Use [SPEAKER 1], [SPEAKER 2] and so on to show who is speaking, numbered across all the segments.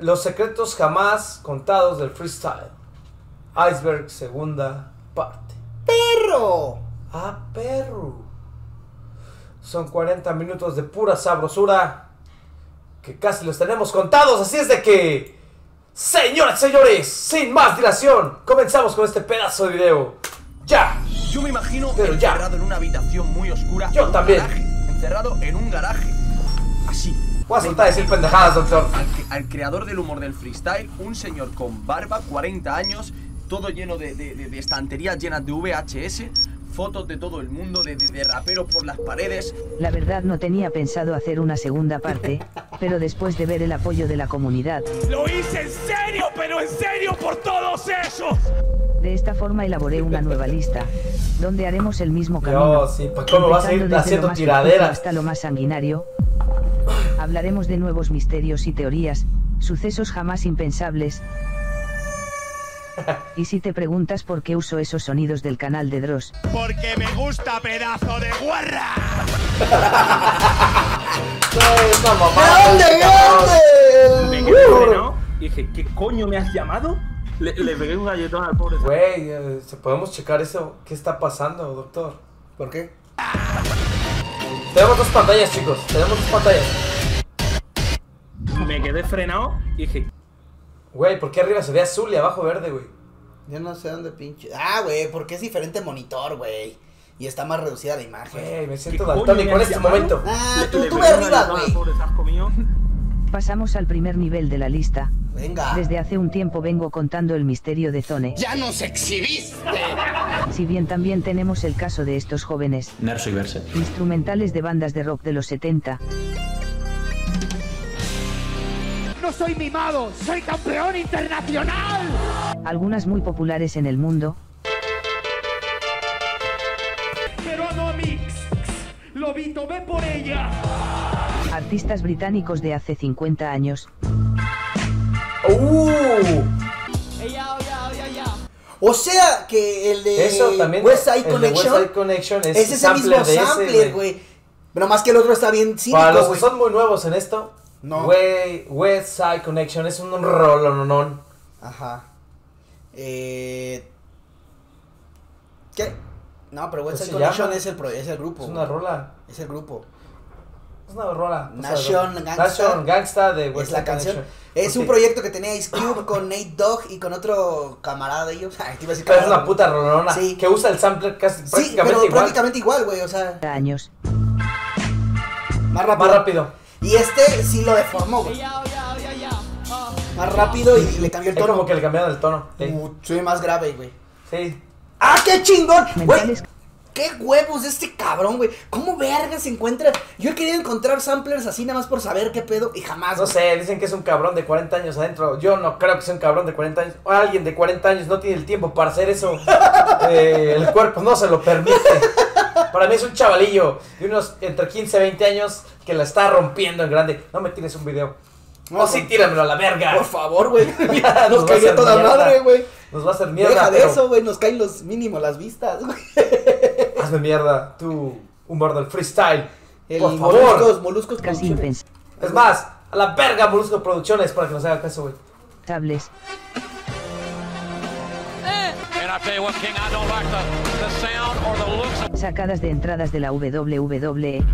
[SPEAKER 1] Los secretos jamás contados del freestyle. Iceberg, segunda parte.
[SPEAKER 2] ¡Perro!
[SPEAKER 1] Ah, perro. Son 40 minutos de pura sabrosura. Que casi los tenemos contados. Así es de que. Señoras y señores, sin más dilación, comenzamos con este pedazo de video. ¡Ya!
[SPEAKER 3] Yo me imagino
[SPEAKER 1] Pero ya.
[SPEAKER 3] encerrado en una habitación muy oscura.
[SPEAKER 1] Yo
[SPEAKER 3] en un
[SPEAKER 1] también.
[SPEAKER 3] garaje, encerrado en un garaje. Así.
[SPEAKER 1] Voy a soltar a decir pendejadas, doctor.
[SPEAKER 3] Al, cre- al creador del humor del freestyle, un señor con barba, 40 años, todo lleno de, de- de- de estanterías llenas de VHS, fotos de todo el mundo, de, de- de raperos por las paredes.
[SPEAKER 4] La verdad no tenía pensado hacer una segunda parte, pero después de ver el apoyo de la comunidad,
[SPEAKER 5] Lo hice en serio, pero en serio por todos esos.
[SPEAKER 4] de esta forma elaboré una nueva lista, donde haremos el mismo camino.
[SPEAKER 1] Yo, sí, pues cómo vas a ir
[SPEAKER 4] empezando desde lo
[SPEAKER 1] haciendo
[SPEAKER 4] más profundo
[SPEAKER 1] tiraderas.
[SPEAKER 4] Hasta lo más sanguinario. Hablaremos de nuevos misterios y teorías, sucesos jamás impensables. Y si te preguntas por qué uso esos sonidos del canal de Dross,
[SPEAKER 5] Porque me gusta pedazo de guarra.
[SPEAKER 1] Ay, esa mamada,
[SPEAKER 2] ¡Grande,
[SPEAKER 1] cabrón.
[SPEAKER 2] grande!
[SPEAKER 6] Me quedé frenado y dije, ¿qué coño me has llamado? Le, le pegué un galletón al pobre.
[SPEAKER 1] Güey, eh, ¿podemos checar eso? ¿Qué está pasando, doctor?
[SPEAKER 2] ¿Por qué?
[SPEAKER 1] Tenemos dos pantallas, chicos. Tenemos dos pantallas.
[SPEAKER 6] Me quedé frenado y dije,
[SPEAKER 1] Güey, ¿por qué arriba se ve azul y abajo verde, güey?
[SPEAKER 2] Yo no sé dónde pinche. Ah, güey, porque es diferente monitor, güey. Y está más reducida la imagen.
[SPEAKER 1] Güey, me siento
[SPEAKER 6] coño
[SPEAKER 1] daltónico
[SPEAKER 6] me
[SPEAKER 1] en
[SPEAKER 6] has
[SPEAKER 1] este
[SPEAKER 6] llamado?
[SPEAKER 1] momento.
[SPEAKER 2] Ah,
[SPEAKER 6] le-
[SPEAKER 2] tú,
[SPEAKER 6] le
[SPEAKER 2] tú
[SPEAKER 6] pegué
[SPEAKER 2] ve
[SPEAKER 6] un
[SPEAKER 2] arriba,
[SPEAKER 6] galletón al
[SPEAKER 2] güey.
[SPEAKER 6] pobre zasco mío.
[SPEAKER 4] pasamos al primer nivel de la lista.
[SPEAKER 2] Venga.
[SPEAKER 4] Desde hace un tiempo vengo contando el misterio de Zone.
[SPEAKER 7] ¡Ya nos exhibís!
[SPEAKER 4] Si bien también tenemos el caso de estos jóvenes,
[SPEAKER 8] Nerso y Verse.
[SPEAKER 4] instrumentales de bandas de rock de los 70,
[SPEAKER 5] No soy mimado, soy campeón internacional.
[SPEAKER 4] algunas muy populares en el mundo,
[SPEAKER 5] Peruano mix. Lobito, ve por ella.
[SPEAKER 4] artistas británicos de hace 50 años,
[SPEAKER 1] ¡Uh!
[SPEAKER 2] O sea que el de
[SPEAKER 1] Eso también.
[SPEAKER 2] West Side
[SPEAKER 1] el de
[SPEAKER 2] Connection.
[SPEAKER 1] West Side Connection es,
[SPEAKER 2] es ese
[SPEAKER 1] sampler
[SPEAKER 2] mismo
[SPEAKER 1] de ese,
[SPEAKER 2] sampler, güey. Pero más que el otro está bien
[SPEAKER 1] Para
[SPEAKER 2] cínico,
[SPEAKER 1] los que
[SPEAKER 2] güey.
[SPEAKER 1] son muy nuevos en esto,
[SPEAKER 2] No.
[SPEAKER 1] güey, West Side Connection es un rolononón.
[SPEAKER 2] Ajá. Eh... ¿Qué? No, pero West
[SPEAKER 1] ¿Qué se
[SPEAKER 2] Side Connection
[SPEAKER 1] llama?
[SPEAKER 2] es el, pro- es el grupo.
[SPEAKER 1] Es
[SPEAKER 2] güey.
[SPEAKER 1] una rola.
[SPEAKER 2] Es el grupo.
[SPEAKER 1] Es una rola. o sea,
[SPEAKER 2] Nation
[SPEAKER 1] de-
[SPEAKER 2] Gangsta.
[SPEAKER 1] Nation Gangsta de West
[SPEAKER 2] es la
[SPEAKER 1] Side
[SPEAKER 2] canción.
[SPEAKER 1] Connection.
[SPEAKER 2] Es un
[SPEAKER 1] Ok.
[SPEAKER 2] proyecto que tenía Ice Cube con Nate Dogg y con otro camarada de ellos. Ay, te iba a decir
[SPEAKER 1] Pero es
[SPEAKER 2] camarada,
[SPEAKER 1] una puta rolona
[SPEAKER 2] Sí.
[SPEAKER 1] que usa el sampler casi
[SPEAKER 2] güey. Sí,
[SPEAKER 1] prácticamente
[SPEAKER 2] pero
[SPEAKER 1] igual.
[SPEAKER 2] prácticamente igual, güey. O sea,
[SPEAKER 4] años,
[SPEAKER 2] más rápido.
[SPEAKER 1] Más rápido.
[SPEAKER 2] Y este sí lo deformó, güey. Más rápido y le cambió el
[SPEAKER 1] Es como
[SPEAKER 2] tono.
[SPEAKER 1] que le cambiaron el tono. Sí.
[SPEAKER 2] Uh, soy más grave, güey.
[SPEAKER 1] Sí.
[SPEAKER 2] ¡Ah, qué chingón! Güey,
[SPEAKER 4] mentales
[SPEAKER 2] qué huevos de este cabrón, güey. ¿Cómo verga se encuentra? Yo he querido encontrar samplers así nada más por saber qué pedo y jamás.
[SPEAKER 1] No
[SPEAKER 2] güey.
[SPEAKER 1] sé, dicen que es un cabrón de 40 años adentro. Yo no creo que sea un cabrón de 40 años. Alguien de 40 años no tiene el tiempo para hacer eso. Eh, el cuerpo no se lo permite. Para mí es un chavalillo de unos entre 15 y 20 años que la está rompiendo en grande. No me tires un video.
[SPEAKER 2] No,
[SPEAKER 1] o sí,
[SPEAKER 2] no.
[SPEAKER 1] tíramelo a la verga.
[SPEAKER 2] Por favor, güey.
[SPEAKER 1] Nos
[SPEAKER 2] Nos
[SPEAKER 1] va a hacer
[SPEAKER 2] cayó toda
[SPEAKER 1] mierda.
[SPEAKER 2] madre, güey.
[SPEAKER 1] Nos va a hacer mierda.
[SPEAKER 2] Deja de
[SPEAKER 1] pero
[SPEAKER 2] eso, güey. Nos caen los mínimos las vistas, güey.
[SPEAKER 1] Hazme mierda, tú, humor del freestyle.
[SPEAKER 2] El
[SPEAKER 1] Por favor.
[SPEAKER 2] moluscos, moluscos.
[SPEAKER 4] casi
[SPEAKER 2] Producciones.
[SPEAKER 4] impensables.
[SPEAKER 1] Es más, a la verga, Molusco Producciones, para que nos haga caso, güey.
[SPEAKER 4] Sacadas de entradas de la E. WWE.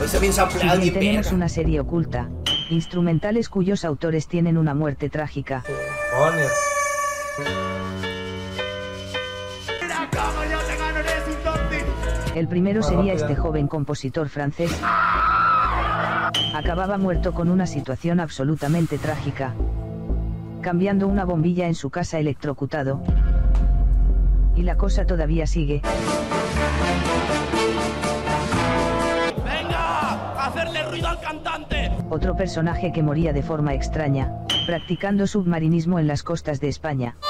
[SPEAKER 2] Hoy se bien
[SPEAKER 4] Si
[SPEAKER 2] sampleado y
[SPEAKER 4] bien tenemos
[SPEAKER 2] verga.
[SPEAKER 4] una serie oculta, instrumentales cuyos autores tienen una muerte trágica,
[SPEAKER 1] Demonios.
[SPEAKER 5] Mira cómo yo te gano en ese instante.
[SPEAKER 4] El primero
[SPEAKER 1] Más
[SPEAKER 4] sería
[SPEAKER 1] rápida.
[SPEAKER 4] este joven compositor francés. Acababa muerto con una situación absolutamente trágica. Cambiando una bombilla en su casa electrocutado. Y la cosa todavía sigue.
[SPEAKER 5] Venga, hacerle ruido al cantante.
[SPEAKER 4] Otro personaje que moría de forma extraña, practicando submarinismo en las costas de España.
[SPEAKER 2] Ah,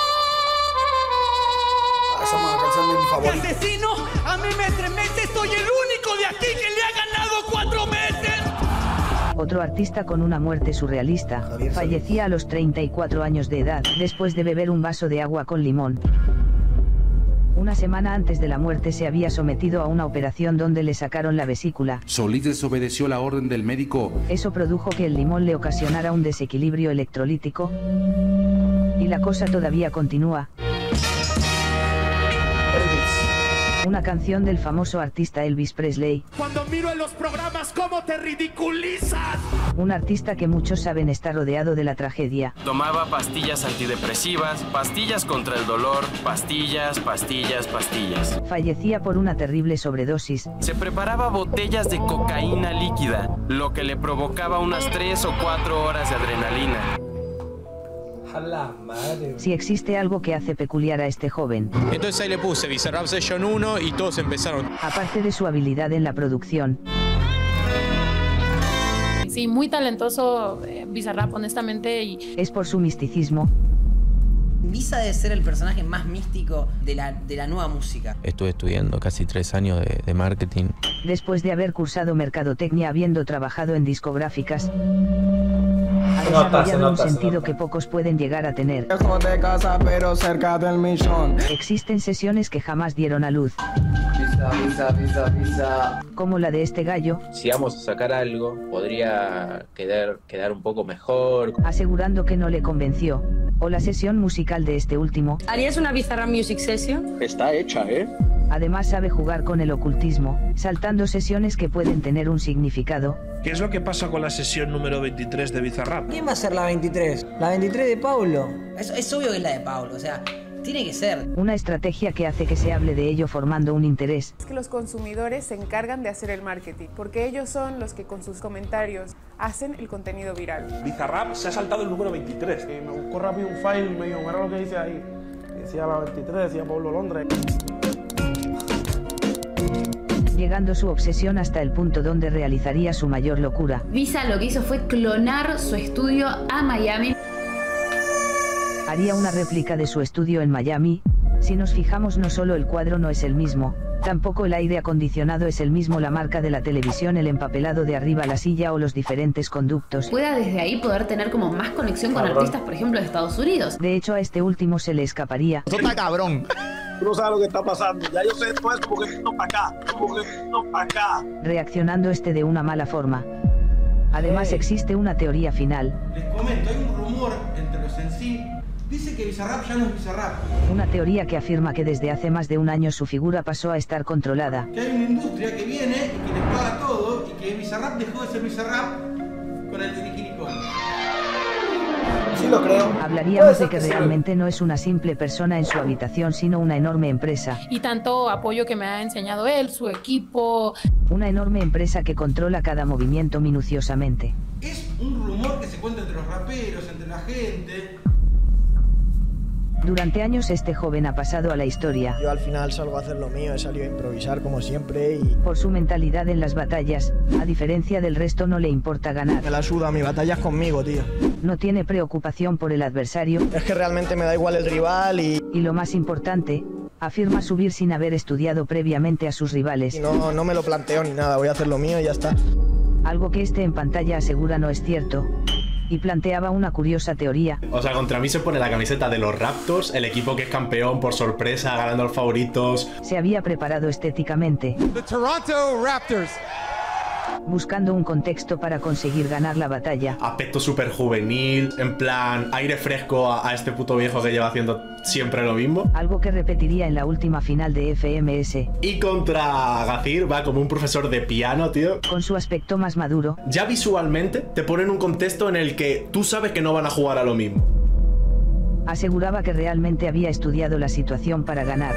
[SPEAKER 2] Esa es una canción de mi favorita.
[SPEAKER 5] Campesino, Este a mí me estremece, soy el único de aquí que le ha ganado cuatro meses.
[SPEAKER 4] Otro artista con una muerte surrealista,
[SPEAKER 2] Javier Solís.
[SPEAKER 4] fallecía a los 34 años de edad, después de beber un vaso de agua con limón. una semana antes de la muerte se había sometido a una operación donde le sacaron la vesícula,
[SPEAKER 7] Solís desobedeció la orden del médico
[SPEAKER 4] eso produjo que el limón le ocasionara un desequilibrio electrolítico, y la cosa todavía continúa,
[SPEAKER 1] Elvis.
[SPEAKER 4] una canción del famoso artista Elvis Presley,
[SPEAKER 5] Cuando miro en los programas cómo te ridiculizas.
[SPEAKER 4] un artista que muchos saben está rodeado de la tragedia,
[SPEAKER 8] Tomaba pastillas antidepresivas, pastillas contra el dolor, pastillas, pastillas, pastillas.
[SPEAKER 4] fallecía por una terrible sobredosis,
[SPEAKER 8] Se preparaba botellas de cocaína líquida, lo que le provocaba unas 3 o 4 horas de adrenalina.
[SPEAKER 1] A la madre. güey.
[SPEAKER 4] si existe algo que hace peculiar a este joven,
[SPEAKER 9] Entonces ahí le puse Bizarrap Session 1 y todos empezaron.
[SPEAKER 4] aparte de su habilidad en la producción,
[SPEAKER 10] Sí, muy talentoso eh, Bizarrap, honestamente, y
[SPEAKER 4] es por su misticismo,
[SPEAKER 11] Visa debe ser el personaje más místico de la, de la nueva música.
[SPEAKER 9] Estuve estudiando casi tres años de, de marketing.
[SPEAKER 4] después de haber cursado mercadotecnia habiendo trabajado en discográficas, ha
[SPEAKER 1] Se nota, se
[SPEAKER 4] desarrollado un
[SPEAKER 1] nota, se
[SPEAKER 4] sentido
[SPEAKER 1] nota.
[SPEAKER 4] que pocos pueden llegar a tener.
[SPEAKER 5] de casa, pero cerca del millón.
[SPEAKER 4] Existen sesiones que jamás dieron a luz, como la de este gallo,
[SPEAKER 8] Si vamos a sacar algo, podría quedar, quedar un poco mejor.
[SPEAKER 4] asegurando que no le convenció, o la sesión musical de este último,
[SPEAKER 10] ¿Harías una Bizarra Music Session?
[SPEAKER 6] Está hecha, ¿eh?
[SPEAKER 4] además sabe jugar con el ocultismo, saltando sesiones que pueden tener un significado,
[SPEAKER 5] ¿Qué es lo que pasa con la sesión número 23 de Bizarrap?
[SPEAKER 11] ¿Quién va a ser la 23? La 23 de Paulo. Es, es obvio que es la de Paulo, o sea, tiene que ser.
[SPEAKER 4] una estrategia que hace que se hable de ello formando un interés,
[SPEAKER 10] Es que los consumidores se encargan de hacer el marketing, porque ellos son los que con sus comentarios hacen el contenido viral.
[SPEAKER 6] Bizarrap se ha saltado el número 23.
[SPEAKER 5] me buscó rápido un file, me dijo, mira lo que dice ahí. Decía la 23, decía Pablo Londres.
[SPEAKER 4] llegando su obsesión hasta el punto donde realizaría su mayor locura.
[SPEAKER 10] Visa lo que hizo fue clonar su estudio a Miami.
[SPEAKER 4] haría una réplica de su estudio en Miami. Si nos fijamos no solo el cuadro no es el mismo, tampoco el aire acondicionado es el mismo, la marca de la televisión, el empapelado de arriba, la silla o los diferentes conductos.
[SPEAKER 10] Pueda desde ahí poder tener como más conexión con
[SPEAKER 1] Cabrón.
[SPEAKER 10] artistas, por ejemplo, de Estados Unidos.
[SPEAKER 4] De hecho a este último se le escaparía,
[SPEAKER 9] Eso está cabrón.
[SPEAKER 5] Tú no sabes lo que está pasando. Ya yo sé todo esto porque no para acá, porque no para acá.
[SPEAKER 4] reaccionando este de una mala forma. Además existe una teoría final,
[SPEAKER 5] Les comento, hay un rumor entre los en sí. Dice que Bizarrap ya no es Bizarrap.
[SPEAKER 4] una teoría que afirma que desde hace más de un año su figura pasó a estar controlada,
[SPEAKER 5] Que hay una industria que viene y que les paga todo y que Bizarrap dejó de ser Bizarrap con el Tiriquiricón.
[SPEAKER 1] Sí lo creo. Puede
[SPEAKER 4] hablaríamos
[SPEAKER 1] ser
[SPEAKER 4] de que
[SPEAKER 1] sí.
[SPEAKER 4] realmente no es una simple persona en su habitación sino una enorme empresa,
[SPEAKER 10] Y tanto apoyo que me ha enseñado él, su equipo.
[SPEAKER 4] una enorme empresa que controla cada movimiento minuciosamente.
[SPEAKER 5] Es un rumor que se cuenta entre los raperos, entre la gente.
[SPEAKER 4] Durante años este joven ha pasado a la historia,
[SPEAKER 11] Yo al final salgo a hacer lo mío, he salido a improvisar como siempre y
[SPEAKER 4] por su mentalidad en las batallas, a diferencia del resto no le importa ganar,
[SPEAKER 11] la suda, mi batalla es conmigo, tío.
[SPEAKER 4] no tiene preocupación por el adversario,
[SPEAKER 11] Es que realmente me da igual el rival y,
[SPEAKER 4] y lo más importante, afirma subir sin haber estudiado previamente a sus rivales,
[SPEAKER 11] no, no me lo planteo ni nada, voy a hacer lo mío y ya está.
[SPEAKER 4] algo que este en pantalla asegura no es cierto, y planteaba una curiosa teoría,
[SPEAKER 9] O sea, contra mí se pone la camiseta de los Raptors, el equipo que es campeón por sorpresa, ganando a los favoritos.
[SPEAKER 4] se había preparado estéticamente,
[SPEAKER 5] The Toronto Raptors.
[SPEAKER 4] buscando un contexto para conseguir ganar la batalla,
[SPEAKER 9] Aspecto súper juvenil, en plan aire fresco a, a este puto viejo que lleva haciendo siempre lo mismo.
[SPEAKER 4] algo que repetiría en la última final de FMS,
[SPEAKER 9] Y contra Gacir va como un profesor de piano, tío.
[SPEAKER 4] con su aspecto más maduro,
[SPEAKER 9] Ya visualmente te ponen un contexto en el que tú sabes que no van a jugar a lo mismo.
[SPEAKER 4] aseguraba que realmente había estudiado la situación para ganar.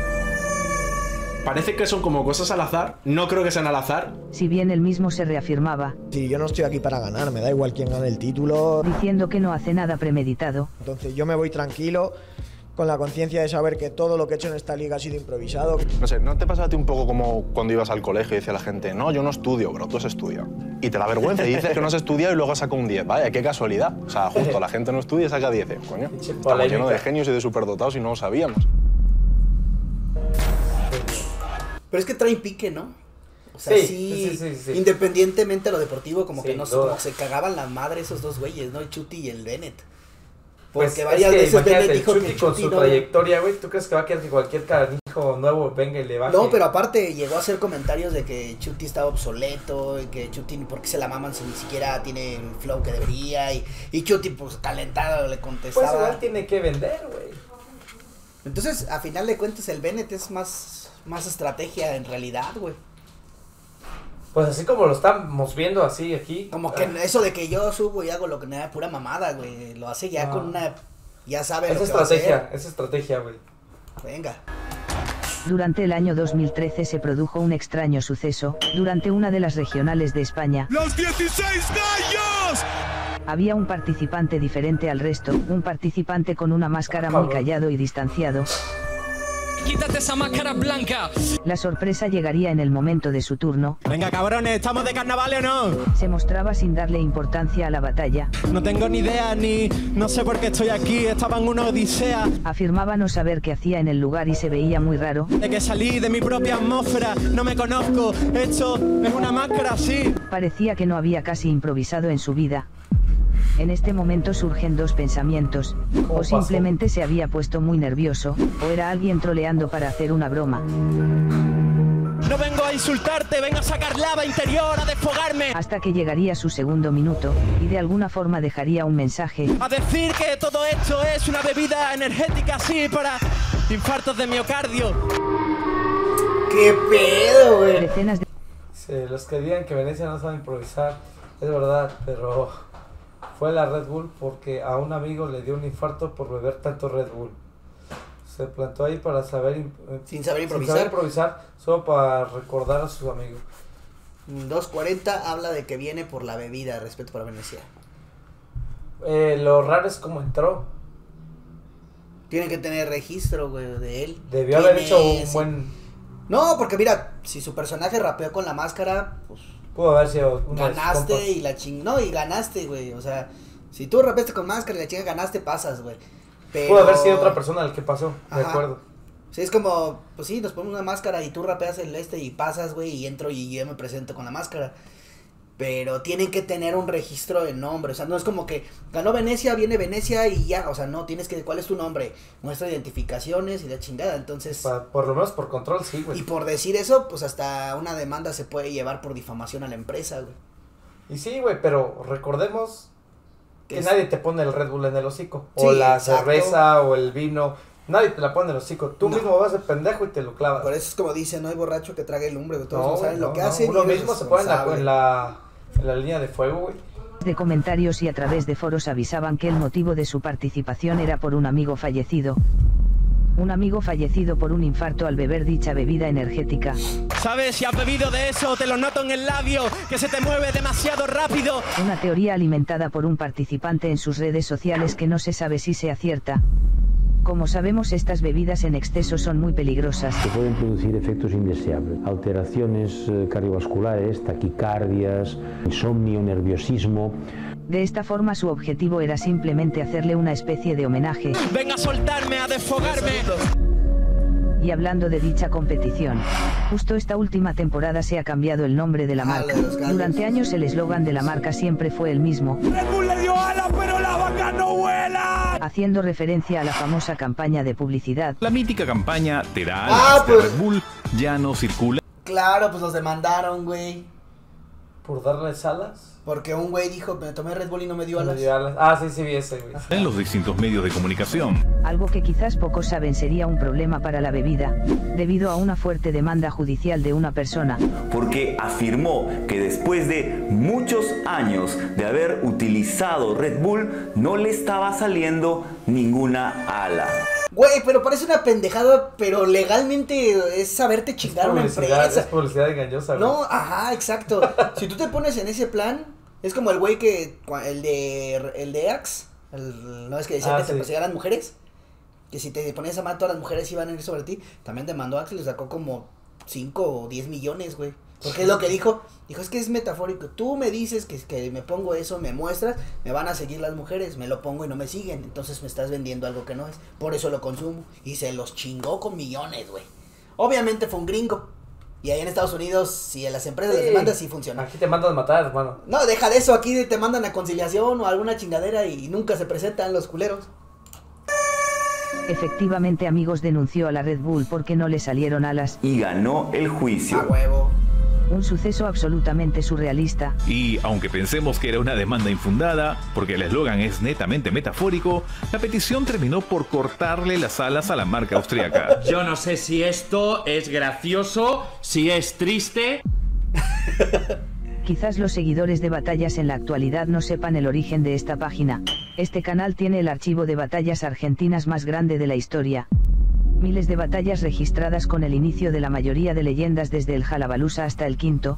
[SPEAKER 9] Parece que son como cosas al azar. No creo que sean al azar.
[SPEAKER 4] si bien él mismo se reafirmaba,
[SPEAKER 11] Si yo no estoy aquí para ganar, me da igual quién gane el título.
[SPEAKER 4] diciendo que no hace nada premeditado,
[SPEAKER 11] Entonces yo me voy tranquilo, con la conciencia de saber que todo lo que he hecho en esta liga ha sido improvisado.
[SPEAKER 7] No sé, ¿no te pasaba a ti un poco como cuando ibas al colegio y decía la gente, no, yo no estudio, bro, tú
[SPEAKER 12] pues
[SPEAKER 7] has estudiado? Y te da vergüenza y dices que no has estudiado y luego saca un 10. Vaya, qué casualidad. O sea, Ah, justo la gente no estudia y saca 10. Coño,
[SPEAKER 1] Pinche
[SPEAKER 7] estamos
[SPEAKER 1] polémica.
[SPEAKER 7] llenos de genios y de superdotados y no lo sabíamos.
[SPEAKER 2] Pero es que traen pique, ¿no? O sea,
[SPEAKER 1] Sí,
[SPEAKER 2] sí,
[SPEAKER 1] sí, sí, sí, sí.
[SPEAKER 2] independientemente a lo deportivo, como
[SPEAKER 1] Sí,
[SPEAKER 2] que no,
[SPEAKER 1] duda.
[SPEAKER 2] como se cagaban la madre esos dos güeyes, ¿no? El Chuti y el Bennett.
[SPEAKER 1] Pues
[SPEAKER 2] Porque varias
[SPEAKER 1] es que
[SPEAKER 2] veces Bennett
[SPEAKER 1] imagínate, el
[SPEAKER 2] dijo que
[SPEAKER 1] Chucky
[SPEAKER 2] el
[SPEAKER 1] con
[SPEAKER 2] Chucky
[SPEAKER 1] su
[SPEAKER 2] no-
[SPEAKER 1] trayectoria, güey, ¿tú crees que va a quedar que cualquier canijo nuevo venga y le baje?
[SPEAKER 2] No, pero aparte llegó a hacer comentarios de que Chuti estaba obsoleto y que Chuti porque se la maman si ni siquiera tiene el flow que debería y, y Chuti pues calentado le contestaba.
[SPEAKER 1] Pues igual tiene que vender, güey.
[SPEAKER 2] Entonces, a final de cuentas el Bennett es más más estrategia en realidad, güey.
[SPEAKER 1] Pues así como lo estamos viendo así aquí. Ah,
[SPEAKER 2] Como que eso de que yo subo y hago lo que me da pura mamada, güey, lo hace ya
[SPEAKER 1] Ah.
[SPEAKER 2] con una ya sabe
[SPEAKER 1] Es
[SPEAKER 2] lo que va a
[SPEAKER 1] estrategia, es estrategia, güey.
[SPEAKER 2] hacer. Venga.
[SPEAKER 4] Durante el año 2013 se produjo un extraño suceso, durante una de las regionales de España.
[SPEAKER 13] ¡Los 16 gallos!
[SPEAKER 4] Había un participante diferente al resto, un participante con una máscara muy callado y distanciado.
[SPEAKER 13] Quítate esa máscara blanca.
[SPEAKER 4] La sorpresa llegaría en el momento de su turno.
[SPEAKER 13] Venga, cabrones, ¿estamos de carnaval o no?
[SPEAKER 4] Se mostraba sin darle importancia a la batalla.
[SPEAKER 13] No tengo ni idea ni no sé por qué estoy aquí. Estaba en una odisea
[SPEAKER 4] Afirmaba no saber qué hacía en el lugar y se veía muy raro.
[SPEAKER 13] de que salí de mi propia atmósfera. No me conozco. Esto es una máscara, sí.
[SPEAKER 4] Parecía que no había casi improvisado en su vida. En este momento surgen dos pensamientos, o
[SPEAKER 13] pasó?
[SPEAKER 4] simplemente se había puesto muy nervioso, o era alguien troleando para hacer una broma.
[SPEAKER 13] No vengo a insultarte, vengo a sacar lava interior, a desfogarme.
[SPEAKER 4] Hasta que llegaría su segundo minuto, y de alguna forma dejaría un mensaje,
[SPEAKER 13] A decir que todo esto es una bebida energética, sí, para infartos de miocardio.
[SPEAKER 2] ¿Qué pedo, güey?
[SPEAKER 4] Decenas de...
[SPEAKER 1] Sí, los que digan que Venecia no sabe improvisar, es verdad, pero fue la Red Bull porque a un amigo le dio un infarto por beber tanto Red Bull. Se plantó ahí para saber... im- eh,
[SPEAKER 2] Sin saber improvisar.
[SPEAKER 1] improvisar, solo para recordar a su amigo.
[SPEAKER 2] 240 habla de que viene por la bebida, respeto para Venecia.
[SPEAKER 1] Eh, lo raro es cómo entró.
[SPEAKER 2] Tienen que tener registro, güey, de él.
[SPEAKER 1] Debió haber
[SPEAKER 2] ¿Quién
[SPEAKER 1] hecho un
[SPEAKER 2] es?
[SPEAKER 1] buen...
[SPEAKER 2] No, porque mira, si su personaje rapeó con la máscara, pues
[SPEAKER 1] Pudo haber sido... uno de sus compas.
[SPEAKER 2] ganaste y la ching... No, y ganaste, güey. O sea, si tú rapeaste con máscara y la chinga ganaste, pasas, güey. Pero...
[SPEAKER 1] Pudo haber sido otra persona al que pasó, de
[SPEAKER 2] Ajá.
[SPEAKER 1] acuerdo.
[SPEAKER 2] Sí, es como, pues sí, nos ponemos una máscara y tú rapeas el este y pasas, güey, y entro y yo me presento con la máscara. Pero tienen que tener un registro de nombre. O sea, no es como que ganó Venecia, viene Venecia y ya. O sea, no, tienes que. ¿Cuál es tu nombre? Muestra identificaciones y la chingada. Entonces.
[SPEAKER 1] por lo menos por control, sí, güey.
[SPEAKER 2] Y por decir eso, pues hasta una demanda se puede llevar por difamación a la empresa, güey.
[SPEAKER 1] Y sí, güey, pero recordemos que
[SPEAKER 2] Es-
[SPEAKER 1] nadie te pone el Red Bull en el hocico. o
[SPEAKER 2] Sí,
[SPEAKER 1] la
[SPEAKER 2] exacto.
[SPEAKER 1] cerveza o el vino. Nadie te la pone en el hocico. Tú mismo vas de pendejo y te lo clavas.
[SPEAKER 2] Por eso es como dicen, no hay borracho que trague el hombre, güey. Todos
[SPEAKER 1] No,
[SPEAKER 2] no, saben
[SPEAKER 1] no,
[SPEAKER 2] lo que
[SPEAKER 1] no.
[SPEAKER 2] hacen.
[SPEAKER 1] Uno
[SPEAKER 2] y eres
[SPEAKER 1] mismo se pone en la,
[SPEAKER 2] responsable.
[SPEAKER 1] en la- en la línea de fuego, güey.
[SPEAKER 4] de comentarios y a través de foros avisaban que el motivo de su participación era por un amigo fallecido. Un amigo fallecido por un infarto al beber dicha bebida energética.
[SPEAKER 13] ¿Sabes? Si has bebido de eso, te lo noto en el labio, que se te mueve demasiado rápido.
[SPEAKER 4] Una teoría alimentada por un participante en sus redes sociales que no se sabe si se acierta. Como sabemos estas bebidas en exceso son muy peligrosas.
[SPEAKER 14] que pueden producir efectos indeseables, alteraciones eh, cardiovasculares, taquicardias, insomnio, nerviosismo.
[SPEAKER 4] De esta forma su objetivo era simplemente hacerle una especie de homenaje.
[SPEAKER 13] Venga a soltarme, a desfogarme.
[SPEAKER 4] Y hablando de dicha competición, justo esta última temporada se ha cambiado el nombre de la marca. Durante años el eslogan de la marca siempre fue el mismo, haciendo referencia a la famosa campaña de publicidad.
[SPEAKER 15] La mítica campaña te da
[SPEAKER 2] Ah,
[SPEAKER 15] alas de
[SPEAKER 2] pues.
[SPEAKER 15] este Red Bull ya no circula
[SPEAKER 2] Claro, pues los demandaron, güey.
[SPEAKER 1] ¿Por darles alas?
[SPEAKER 2] Porque un güey dijo, me tomé Red Bull y no me dio
[SPEAKER 1] Me
[SPEAKER 2] alas.
[SPEAKER 1] dio alas. Ah, sí, sí, vi ese, güey.
[SPEAKER 15] en los distintos medios de comunicación.
[SPEAKER 4] Algo que quizás pocos saben sería un problema para la bebida, debido a una fuerte demanda judicial de una persona.
[SPEAKER 12] porque afirmó que después de muchos años de haber utilizado Red Bull no le estaba saliendo ninguna ala.
[SPEAKER 2] Güey, pero parece una pendejada, pero legalmente es saberte chingar una
[SPEAKER 1] Publicidad, es
[SPEAKER 2] empresa.
[SPEAKER 1] publicidad engañosa, güey.
[SPEAKER 2] No, ajá, exacto. si tú te pones en ese plan, es como el güey que, cua- el de, el de Axe, el- no es que decía
[SPEAKER 1] Ah,
[SPEAKER 2] que
[SPEAKER 1] sí.
[SPEAKER 2] te perseguían las mujeres, que si te ponías a matar todas las mujeres iban a ir sobre ti, también demandó a Axe y le sacó como 5 o 10 millones, güey. Porque es lo que dijo, dijo, es que es metafórico, tú me dices que, que me pongo eso, me muestras, me van a seguir las mujeres, me lo pongo y no me siguen, entonces me estás vendiendo algo que no es, por eso lo consumo, y se los chingó con millones, güey. Obviamente fue un gringo, y ahí en Estados Unidos, si a las empresas
[SPEAKER 1] Sí.
[SPEAKER 2] les demandas, sí funciona.
[SPEAKER 1] Aquí te mandan matar, hermano.
[SPEAKER 2] No, deja de eso, aquí te mandan a conciliación o alguna chingadera y nunca se presentan los culeros.
[SPEAKER 4] Efectivamente Amigos denunció a la Red Bull porque no le salieron alas,
[SPEAKER 12] y ganó el juicio.
[SPEAKER 4] un suceso absolutamente surrealista,
[SPEAKER 15] Y aunque pensemos que era una demanda infundada, porque el eslogan es netamente metafórico, la petición terminó por cortarle las alas a la marca austriaca.
[SPEAKER 16] Yo no sé si esto es gracioso, si es triste.
[SPEAKER 4] Quizás los seguidores de batallas en la actualidad no sepan el origen de esta página. Este canal tiene el archivo de batallas argentinas más grande de la historia. Miles de batallas registradas con el inicio de la mayoría de leyendas desde el Jalabalusa hasta el quinto.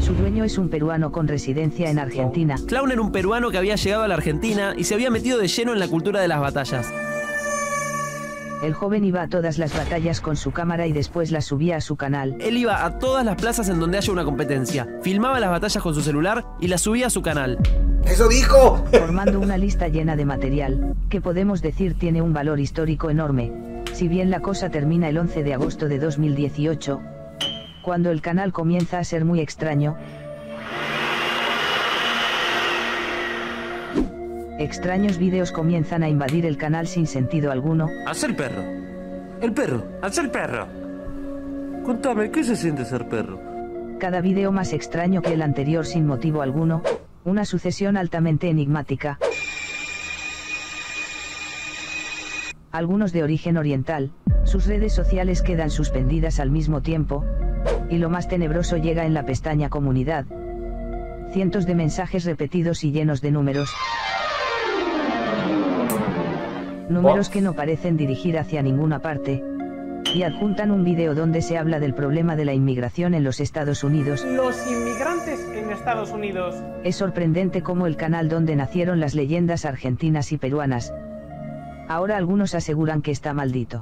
[SPEAKER 4] Su dueño es un peruano con residencia en Argentina.
[SPEAKER 13] Clown era un peruano que había llegado a la Argentina y se había metido de lleno en la cultura de las batallas.
[SPEAKER 4] El joven iba a todas las batallas con su cámara y después las subía a su canal.
[SPEAKER 13] Él iba a todas las plazas en donde haya una competencia, filmaba las batallas con su celular y las subía a su canal.
[SPEAKER 4] ¡Eso dijo! Formando una lista llena de material, que podemos decir tiene un valor histórico enorme. Si bien la cosa termina el 11 de agosto de 2018, cuando el canal comienza a ser muy extraño, extraños vídeos comienzan a invadir el canal sin sentido alguno,
[SPEAKER 17] Haz el perro. El perro. Haz el perro. Contame, ¿qué se siente ser perro?
[SPEAKER 4] cada vídeo más extraño que el anterior sin motivo alguno, una sucesión altamente enigmática. Algunos de origen oriental, sus redes sociales quedan suspendidas al mismo tiempo, y lo más tenebroso llega en la pestaña comunidad. Cientos de mensajes repetidos y llenos de números. Números que no parecen dirigir hacia ninguna parte, y adjuntan un vídeo donde se habla del problema de la inmigración en los Estados Unidos.
[SPEAKER 18] Los inmigrantes en Estados Unidos.
[SPEAKER 4] Es sorprendente cómo el canal donde nacieron las leyendas argentinas y peruanas. Ahora algunos aseguran que está maldito.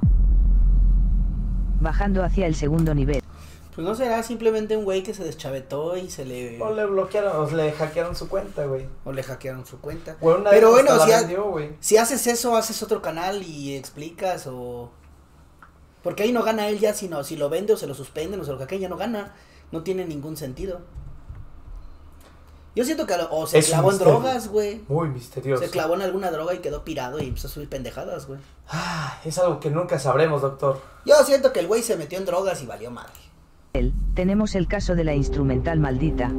[SPEAKER 4] Bajando hacia el segundo nivel.
[SPEAKER 2] Pues no será simplemente un güey que se deschavetó y se le.
[SPEAKER 1] O le bloquearon, o le hackearon su cuenta, güey.
[SPEAKER 2] O le hackearon su cuenta.
[SPEAKER 1] O una
[SPEAKER 2] Pero
[SPEAKER 1] vez hasta
[SPEAKER 2] bueno,
[SPEAKER 1] la
[SPEAKER 2] si, ha-
[SPEAKER 1] vendió, güey.
[SPEAKER 2] si haces eso, haces otro canal y explicas o. Porque ahí no gana él ya, sino si lo vende o se lo suspenden o se lo hackean, ya no gana. No tiene ningún sentido. Yo siento que a lo- o se
[SPEAKER 1] Es un
[SPEAKER 2] clavó en
[SPEAKER 1] misterio.
[SPEAKER 2] drogas, güey.
[SPEAKER 1] Muy misterioso.
[SPEAKER 2] Se clavó en alguna droga y quedó pirado y empezó a subir pendejadas, güey.
[SPEAKER 1] Ah, Es algo que nunca sabremos, doctor.
[SPEAKER 2] Yo siento que el güey se metió en drogas y valió madre.
[SPEAKER 4] Tenemos el caso de la instrumental maldita.